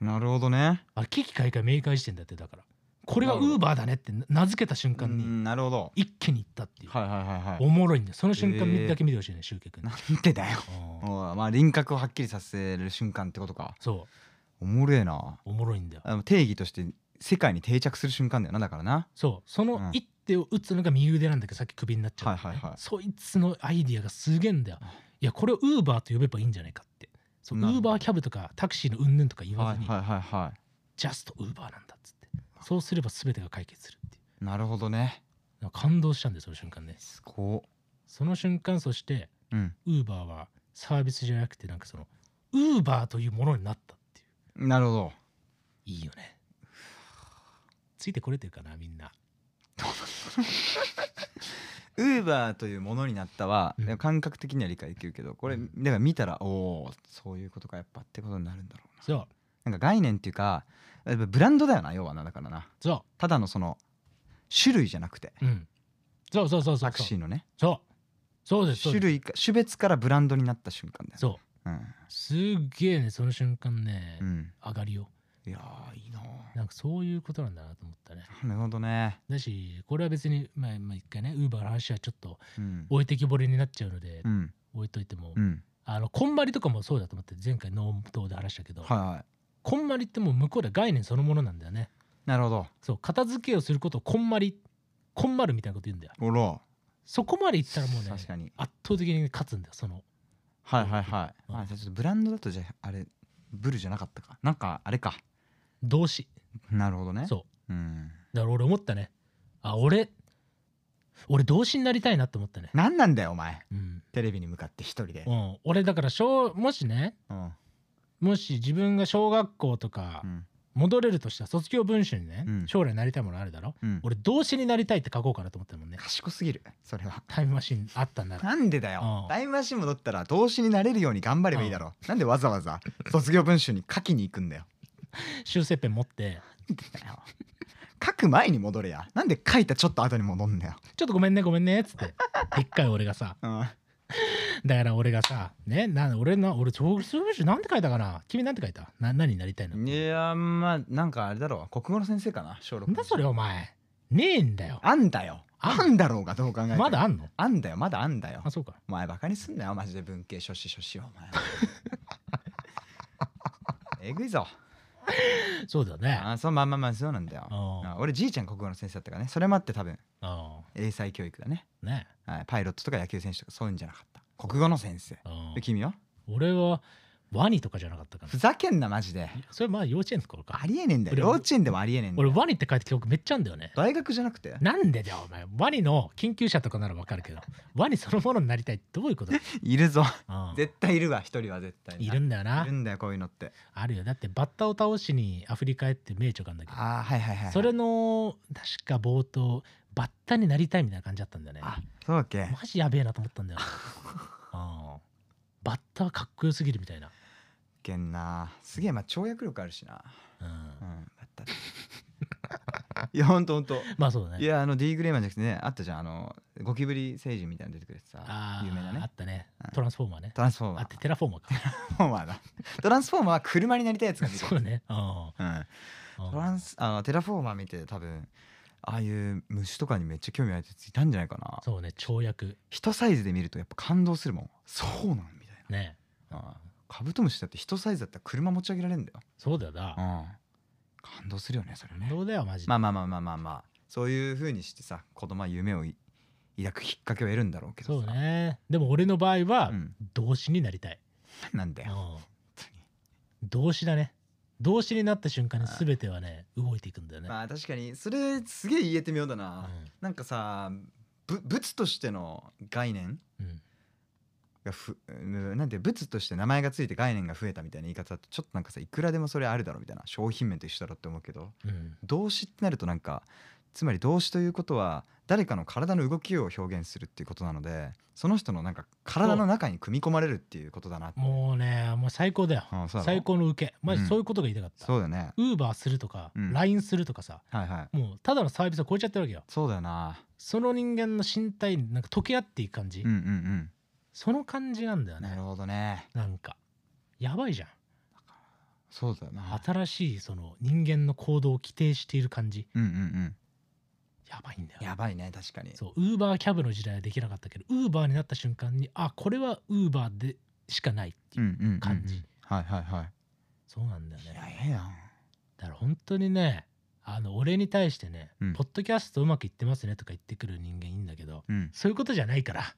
Speaker 1: う
Speaker 2: なるほどね
Speaker 1: あ危機開会明快時点だってだからこれは
Speaker 2: な
Speaker 1: ウ
Speaker 2: るほ
Speaker 1: ー
Speaker 2: ど
Speaker 1: バーだねって名付けた瞬
Speaker 2: う
Speaker 1: 間に
Speaker 2: んなるほど
Speaker 1: 一気にいったっていう
Speaker 2: はいはいはいは
Speaker 1: おもろいんだよその瞬間
Speaker 2: へー
Speaker 1: だけ見てほしいね集客
Speaker 2: い
Speaker 1: に
Speaker 2: なんでだよ
Speaker 1: うん
Speaker 2: おいまあ輪郭をはっきりさせる瞬間ってことか
Speaker 1: そ
Speaker 2: おもれえな
Speaker 1: うおもろいんだよ
Speaker 2: あの定義として世界に定着する瞬間だよなだからな
Speaker 1: そうその一手を打つのが右腕なんだけどさっきクビになっちゃったね、
Speaker 2: はいはいはい
Speaker 1: そいつのアイディアがすげえんだよいやこれをウーバーと呼べばいいんじゃないかってそうウ
Speaker 2: なる
Speaker 1: ー
Speaker 2: ほど
Speaker 1: バーキャブとかタクシーのうんぬんとか言わ
Speaker 2: は
Speaker 1: ず
Speaker 2: い
Speaker 1: に、
Speaker 2: はいはいは
Speaker 1: ジャストウーバーなんだっつってそうすれば全てが解決するっていう
Speaker 2: いなるほどね
Speaker 1: なんか感動したんですその瞬間ね
Speaker 2: すご
Speaker 1: その瞬間そして
Speaker 2: っうん
Speaker 1: ウーバーはサービスじゃなくてなんかそのウーバーというものになったってい
Speaker 2: なるほど
Speaker 1: ういいよねついてこれてるかなみんな
Speaker 2: ウーバーというものになったは、
Speaker 1: うん
Speaker 2: 感覚的には理解できるけどこれだから見たらおおそういうことかやっぱってことになるんだろう
Speaker 1: そう
Speaker 2: ななんか概念っていうかやっぱブランドだよな要はなだからな
Speaker 1: そ
Speaker 2: ただのその種類じゃなくて
Speaker 1: ううんそうそうそうそう
Speaker 2: タク
Speaker 1: そう
Speaker 2: シーのね
Speaker 1: そうそうですそう
Speaker 2: 種
Speaker 1: です
Speaker 2: 類か種別からブランドになった瞬間だよね
Speaker 1: そうすっげえねその瞬間ね、
Speaker 2: うん、うん
Speaker 1: 上がりよ
Speaker 2: いやーいいな
Speaker 1: なんかそういうことなんだなと思ったね
Speaker 2: あなるほどね、
Speaker 1: だしこれは別にまあまあ一回ねウーバーの話はちょっと
Speaker 2: うん、
Speaker 1: 置いてきぼりになっちゃうので、
Speaker 2: うん
Speaker 1: 置いといても、
Speaker 2: うん
Speaker 1: あのこんまりとかもそうだと思って前回ノートで話したけど、
Speaker 2: はいはい
Speaker 1: こんまりってもう向こうでは概念そのものなんだよね
Speaker 2: なるほど
Speaker 1: そう片付けをすることをこんまりこんまるみたいなこと言うんだよ
Speaker 2: おろ
Speaker 1: そこまでいったらもうね
Speaker 2: 確かに
Speaker 1: 圧倒的に勝つんだよその
Speaker 2: はいはいは
Speaker 1: う
Speaker 2: い、
Speaker 1: ん
Speaker 2: あじゃあちょっとブランドだとじゃああれブルじゃなかったかなんかあれか
Speaker 1: 動詞
Speaker 2: なるほどね
Speaker 1: そう
Speaker 2: う、ん、
Speaker 1: だから俺思ったねあ俺俺動詞になりたいなって思ったね
Speaker 2: 何なんだよお前
Speaker 1: うん、
Speaker 2: テレビに向かって一人で
Speaker 1: う、ん、俺だから小もしね
Speaker 2: うん
Speaker 1: もし自分が小学校とか
Speaker 2: うん
Speaker 1: 戻れるとしたら卒業文集にね、
Speaker 2: うん
Speaker 1: 将来なりたいものあるだろ
Speaker 2: うん、
Speaker 1: 俺動詞になりたいって書こうかなと思ったもんね
Speaker 2: 賢すぎるそれは
Speaker 1: タイムマシンあったんだら
Speaker 2: なんでだよ
Speaker 1: うん
Speaker 2: タイムマシン戻ったら動詞になれるように頑張ればいいだろなんでわざわざ卒業文集に書きに行くんだよ
Speaker 1: 修正ペン持って
Speaker 2: なんでだよ書く前に戻れやなんで書いたちょっと後に戻んだよ、
Speaker 1: 「ちょっとごめんねごめんね」っつって一回俺がさ
Speaker 2: うん、
Speaker 1: だから俺がさねな俺な俺卒業文集なんて書いたかな君なんて書いたな何になりたいの
Speaker 2: いやまあなんかあれだろう国語の先生かな小
Speaker 1: な
Speaker 2: 6
Speaker 1: んだそれお前ねえんだよ
Speaker 2: あんだよ
Speaker 1: あん
Speaker 2: あんだろうがどう考えても
Speaker 1: まだあんの
Speaker 2: あんだよまだあんだよ
Speaker 1: あそうか
Speaker 2: お前バカにすんなよマジで文系書士書士お前 えぐいぞ
Speaker 1: そうだね
Speaker 2: あそうまあまあまあそうなんだよ
Speaker 1: うん
Speaker 2: あ俺じいちゃん国語の先生だったからねそれもあって多分
Speaker 1: あ
Speaker 2: 英才教育だね
Speaker 1: あね
Speaker 2: はいパイロットとか野球選手とかそういうんじゃなかった国語の先生
Speaker 1: ああ
Speaker 2: で君は
Speaker 1: 俺はワニとかじゃなかったかな
Speaker 2: ふざけんなマジで
Speaker 1: それまあ幼稚園の頃か
Speaker 2: ありえねえんだよ
Speaker 1: 俺
Speaker 2: 幼稚園でもありえねえんだ
Speaker 1: 俺
Speaker 2: よ
Speaker 1: ワニって書いた記憶めっちゃあんだよね
Speaker 2: 大学じゃなくて
Speaker 1: なんでだよお前ワニの研究者とかならわかるけどワニそのものになりたいってどういう ことだ、
Speaker 2: いるぞ
Speaker 1: うん
Speaker 2: 絶対いるわ一人は絶対
Speaker 1: いるんだよ
Speaker 2: い
Speaker 1: な
Speaker 2: るんだよこういうのって
Speaker 1: あるよだってバッタを倒しにアフリカへって名著があるんだけど
Speaker 2: ああはいはいはいはい
Speaker 1: それの確か冒頭バッタになりたいみたいな感じだったんだよね
Speaker 2: あそうだっけ
Speaker 1: マジやべえなと思ったんだよ、 うんバッタはかっこよすぎるみたいな、
Speaker 2: けんなすげえまあ跳躍力あるしな
Speaker 1: うん
Speaker 2: うんだったって いやほんとほんと
Speaker 1: まあそうだ
Speaker 2: い
Speaker 1: ね
Speaker 2: やあの D グレーマンじゃなくてねあったじゃんあのゴキブリ星人みたいなの出てくるやつ
Speaker 1: あ
Speaker 2: さ
Speaker 1: ー
Speaker 2: 有名な
Speaker 1: あ
Speaker 2: ね
Speaker 1: ったね
Speaker 2: うん
Speaker 1: トランスフォーマーね
Speaker 2: トランスフォーマ
Speaker 1: あっ
Speaker 2: ー
Speaker 1: てテラフォーマーか
Speaker 2: トランスフォーマーだトランスフォーマーは車になりたいやつが見て
Speaker 1: そう
Speaker 2: る、
Speaker 1: ね。うん
Speaker 2: うん、トランスあのテラフォーマー見て多分ああいう虫とかにめっちゃ興味あるやついたんじゃないかな
Speaker 1: そうね、跳躍。
Speaker 2: 人サイズで見るとやっぱ感動するもんそうなんみたい
Speaker 1: ね。
Speaker 2: なああカブトムシだって人サイズだったら車持ち上げられるんだよ、
Speaker 1: そうだよ
Speaker 2: う
Speaker 1: な。
Speaker 2: ん、感動するよねそれね
Speaker 1: どうだよ、マジで
Speaker 2: まあ。まあまあまあまあまあそういうふうにしてさ子供は夢をい抱くきっかけを得るんだろうけど
Speaker 1: そ
Speaker 2: さ
Speaker 1: うね。でも俺の場合は
Speaker 2: う、ん、
Speaker 1: 動詞になりたい。
Speaker 2: なんだよ
Speaker 1: うん動詞だね。動詞になった瞬間に全てはね、動いていくんだよね。
Speaker 2: まあ確かにそれすげえ言えてみようだ
Speaker 1: う
Speaker 2: な、
Speaker 1: ん
Speaker 2: なんかさぶ物としての概念
Speaker 1: うん
Speaker 2: がふうんなんて物として名前がついて概念が増えたみたいな言い方だとちょっとなんかさいくらでもそれあるだろうみたいな商品名と一緒だろうって思うけど
Speaker 1: うん
Speaker 2: 動詞ってなるとなんかつまり動詞ということは誰かの体の動きを表現するっていうことなのでその人のなんか体の中に組み込まれるっていうことだなって
Speaker 1: もうねもう最高だよ
Speaker 2: ああそうだろ
Speaker 1: 最高の受けマジ
Speaker 2: うん
Speaker 1: そういうことが言いたかった
Speaker 2: そうだよね
Speaker 1: ウーバーするとか
Speaker 2: うん
Speaker 1: LINE するとかさ
Speaker 2: はいはい
Speaker 1: もうただのサービスを超えちゃってるわけよ
Speaker 2: そうだよな
Speaker 1: その人間の身体になんか溶け合っていく感じ、
Speaker 2: うんうん
Speaker 1: その感じなんだ
Speaker 2: う
Speaker 1: よ
Speaker 2: んな
Speaker 1: ね
Speaker 2: るほどね
Speaker 1: なんかやばいじゃん
Speaker 2: そうだよな
Speaker 1: 新しいその人間の行動を規定している感じ
Speaker 2: うんうんうん
Speaker 1: やばいんだよ
Speaker 2: やばいね確かに
Speaker 1: そうウーバーキャブの時代はできなかったけどウーバーになった瞬間にあこれはウーバーでしかないっていう、
Speaker 2: んうんうんうん
Speaker 1: 感じ
Speaker 2: はいはいはい
Speaker 1: そうなんだよね
Speaker 2: いやええやん
Speaker 1: だから本当にねあの俺に対してね、
Speaker 2: うん
Speaker 1: ポッドキャストうまくいってますね」とか言ってくる人間いいんだけど
Speaker 2: うん
Speaker 1: そういうことじゃないから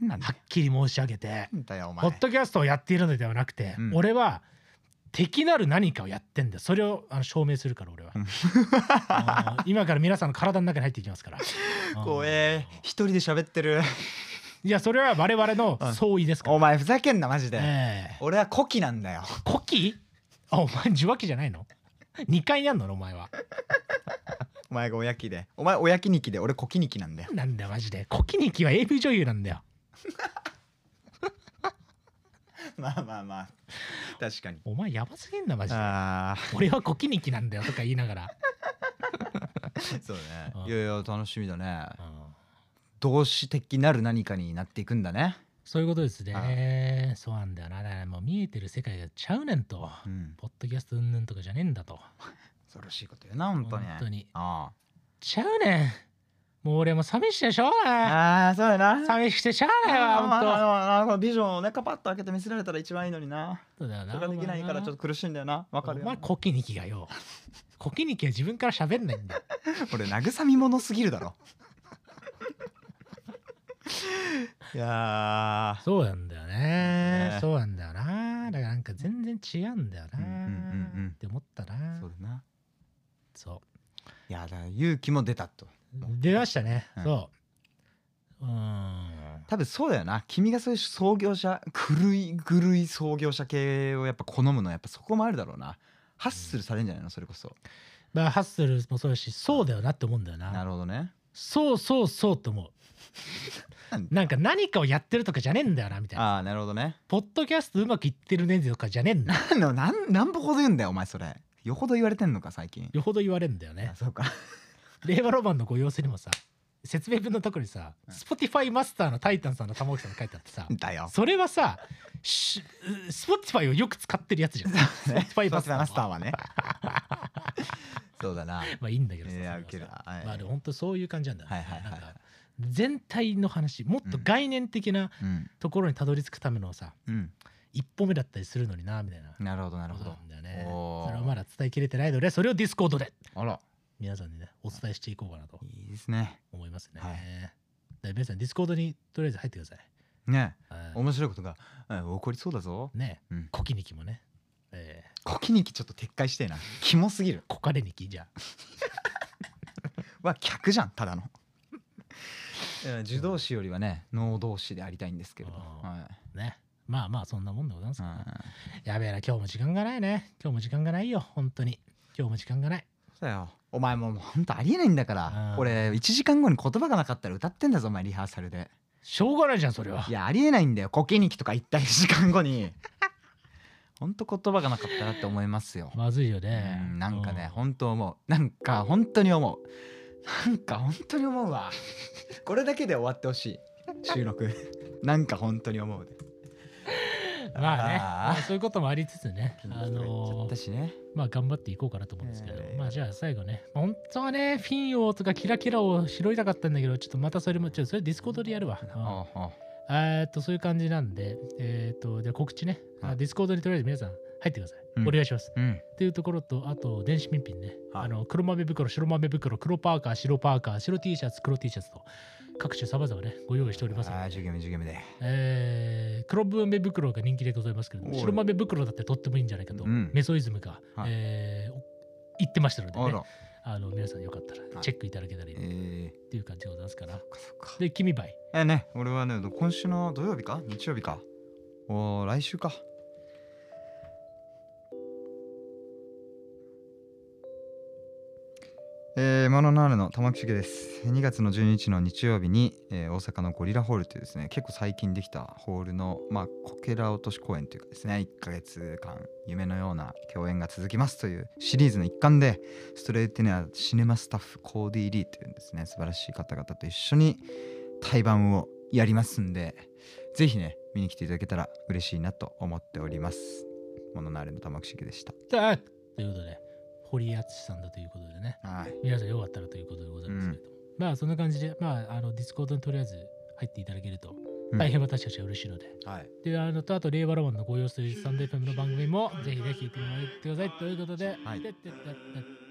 Speaker 2: なんなんだ
Speaker 1: は
Speaker 2: よ
Speaker 1: っきり申し上げて
Speaker 2: なんだよお前
Speaker 1: ポッドキャストをやっているのではなくて、
Speaker 2: うん
Speaker 1: 俺は敵なる何かをやってんだよそれをあの証明するから俺は
Speaker 2: うん
Speaker 1: あの今から皆さんの体の中に入っていきますから
Speaker 2: 怖え
Speaker 1: うん
Speaker 2: 一人で喋ってる
Speaker 1: いやそれは我々の相違ですから
Speaker 2: お前ふざけんなマジで
Speaker 1: ええ
Speaker 2: 俺は古希なんだよ
Speaker 1: コキあお前受話器じゃないの二階にあんのお前は
Speaker 2: お前がおやきでお前おやきにきで俺古希にきなんだよ
Speaker 1: なんだよマジでコキニキは AV 女優なんだよ
Speaker 2: まあまあまあ確かに
Speaker 1: お前やばすぎんなマジで
Speaker 2: あ
Speaker 1: 俺はコキニキなんだよとか言いなが ら、
Speaker 2: ーそうね
Speaker 1: うん
Speaker 2: いやいや楽しみだね
Speaker 1: うん
Speaker 2: 動詞的なる何かになっていくんだね
Speaker 1: そういうことですねそうなんだよなだからもう見えてる世界がちゃうねんと、
Speaker 2: うん
Speaker 1: ポッドキャストうんぬんとかじゃねえんだと
Speaker 2: 恐ろしいこと言うな本当に
Speaker 1: 本当に
Speaker 2: あ
Speaker 1: ちゃうねんもう俺も寂しくてしょうがない
Speaker 2: ああーそうやな
Speaker 1: 寂しくてしゃあない
Speaker 2: あーまあ
Speaker 1: わ
Speaker 2: あのあのビジョンをねカパッと開けて見せられたら一番いいのにな
Speaker 1: ほんとだよな
Speaker 2: それができないからちょっと苦しいんだよなわかる
Speaker 1: お
Speaker 2: よ
Speaker 1: 前コキニキがよコキニキは自分から喋んないんだよ
Speaker 2: 俺慰み者すぎるだろい や
Speaker 1: そうなんだよね。
Speaker 2: ね
Speaker 1: そうなんだよな。だからなんか全然違うんだよな。
Speaker 2: うんうんうんうん
Speaker 1: って思ったな
Speaker 2: ー。そうだな
Speaker 1: そ
Speaker 2: いやだから勇気も出たと
Speaker 1: う
Speaker 2: うん
Speaker 1: 出ましたね。
Speaker 2: うん
Speaker 1: そう。うーん。
Speaker 2: 多分そうだよな君がそういう創業者狂い狂い創業者系をやっぱ好むのはやっぱそこもあるだろうなハッスルされんじゃないのそれこそ
Speaker 1: まあハッスルもそうだし、そうだよなって思うんだよな。
Speaker 2: なるほどね
Speaker 1: そうそうそうって思
Speaker 2: なん
Speaker 1: う。なんか何かをやってるとかじゃねえんだよなみたいな。
Speaker 2: ああなるほどね
Speaker 1: ポッドキャストうまくいってるねんとかじゃねえん だ。
Speaker 2: なんなんぼほど言うんだよお前それよほど言われてんのか最近
Speaker 1: よほど言われるんだよね
Speaker 2: あ。そうか
Speaker 1: 令和ロマンのご様子にもさ、説明文のところにさ、
Speaker 2: うん
Speaker 1: Spotify マスターのタイタンさんの玉置さんが書いてあってさ、
Speaker 2: だよ
Speaker 1: それはさ、しスポティファイをよく使ってるや つじゃん。スポティファイマスター
Speaker 2: マスター
Speaker 1: は。
Speaker 2: はね そうだな
Speaker 1: まあいいんだけどさ。
Speaker 2: いやウ
Speaker 1: そ
Speaker 2: ケ
Speaker 1: れ
Speaker 2: る
Speaker 1: はさ
Speaker 2: なはい
Speaker 1: まあでも本当そういう感じなんだよね。
Speaker 2: はいはいは
Speaker 1: な
Speaker 2: いは
Speaker 1: ん
Speaker 2: い
Speaker 1: か全体の話、もっと概念的な
Speaker 2: うん
Speaker 1: ところにたどり着くためのさ、
Speaker 2: うん
Speaker 1: 一歩目だったりするのにな、みたいな。
Speaker 2: なるほどな
Speaker 1: な
Speaker 2: るほど
Speaker 1: んだよね。
Speaker 2: おー
Speaker 1: それをまだ伝えきれてないので、それをディスコードで
Speaker 2: あら
Speaker 1: 皆さんにね、お伝えしていこうかなと
Speaker 2: いいですね
Speaker 1: 思いますね。
Speaker 2: はい
Speaker 1: で皆さんディスコードにとりあえず入ってください。
Speaker 2: ね
Speaker 1: はい
Speaker 2: 面白いことが、うん起こりそうだぞ
Speaker 1: ねえ
Speaker 2: うん、
Speaker 1: コキニキもね。えー
Speaker 2: コキニキちょっと撤回してえなキモすぎる
Speaker 1: コカレニキじゃあ。
Speaker 2: は客じゃんただのいや受動詞よりはね能動詞でありたいんですけれど、
Speaker 1: あ
Speaker 2: は
Speaker 1: ねまあまあそんなもんでございます
Speaker 2: い、う
Speaker 1: から
Speaker 2: ん
Speaker 1: やべえな今日も時間がないね今日も時間がないよ本当に今日も時間がない
Speaker 2: そうだよお前もうほんとありえないんだか
Speaker 1: う
Speaker 2: ら
Speaker 1: ん
Speaker 2: 俺1時間後に言葉がなかったら歌ってんだぞお前リハーサルで
Speaker 1: しょうがないじゃんそれはい
Speaker 2: やありえないんだよコキニキとか言った1時間後 にほんと言葉がなかったなって思いますよ、
Speaker 1: まずいよね
Speaker 2: うんなんかね
Speaker 1: う
Speaker 2: 本当思うなんか本当に思うなんか本当に思うわこれだけで終わってほしい収録 なんか本当に思うで
Speaker 1: まあね
Speaker 2: あー
Speaker 1: まあそういうこともありつつね
Speaker 2: 緊張
Speaker 1: あ
Speaker 2: しちゃ
Speaker 1: の
Speaker 2: った
Speaker 1: ー
Speaker 2: しね
Speaker 1: まあ頑張っていこうかなと思うんですけど
Speaker 2: えー
Speaker 1: まあじゃあ最後ねまあ本当はねフィン王とかキラキラを拾いたかったんだけどちょっとまたそれもちょっとそれディスコードでやるわうん
Speaker 2: ああ
Speaker 1: えーっとそういう感じなんでえーっとじゃあ告知ね
Speaker 2: は
Speaker 1: あ
Speaker 2: い
Speaker 1: ディスコードにとりあえず皆さん入ってください
Speaker 2: うん
Speaker 1: お願いします
Speaker 2: うん
Speaker 1: っていうところとあと電子ピンピンね、
Speaker 2: はい
Speaker 1: あの黒豆袋白豆袋黒パーカー白パーカー白 T シャツ黒 T シャツと各種さまざまねご用意しております
Speaker 2: ああ
Speaker 1: の
Speaker 2: 10
Speaker 1: で、
Speaker 2: ゲーム10ゲームで
Speaker 1: えー黒豆袋が人気でございますけれども
Speaker 2: おい
Speaker 1: 白豆袋だってとってもいいんじゃないかと、
Speaker 2: うん
Speaker 1: メソイズムが、
Speaker 2: はい
Speaker 1: えー言ってましたので、
Speaker 2: あ
Speaker 1: ね
Speaker 2: ら、
Speaker 1: あの皆さんよかったら
Speaker 2: い
Speaker 1: チェックいただけたらいいっ
Speaker 2: え
Speaker 1: ていう感じでございますから、
Speaker 2: ー、そっかそっか
Speaker 1: で君ばい
Speaker 2: えね俺はね今週の土曜日か日曜日かおー来週かえー、マノナールの玉木修です。2月の12日の日曜日に、えー大阪のゴリラホールというですね、結構最近できたホールの、まあ、こけら落とし公演というかですね、1ヶ月間、夢のような共演が続きますというシリーズの一環で、ストレイティネアシネマスタッフコーディ・リーというですね、素晴らしい方々と一緒に対バンをやりますんで、ぜひね、見に来ていただけたら嬉しいなと思っております。モノナールの玉木修でした。
Speaker 1: だーということで、堀厚さんだということでね、
Speaker 2: はい。
Speaker 1: 皆さんよかったらということでございますけれども、まあそんな感じで、まあ、あのディスコードにとりあえず入っていただけると、
Speaker 2: うん
Speaker 1: 大変私たちは嬉しいので、
Speaker 2: はい。
Speaker 1: であのとあと令和ロマンのご様子というサンデーフェムの番組もぜひぜひ聞いてもらってくださいということで、
Speaker 2: はい
Speaker 1: てってってってって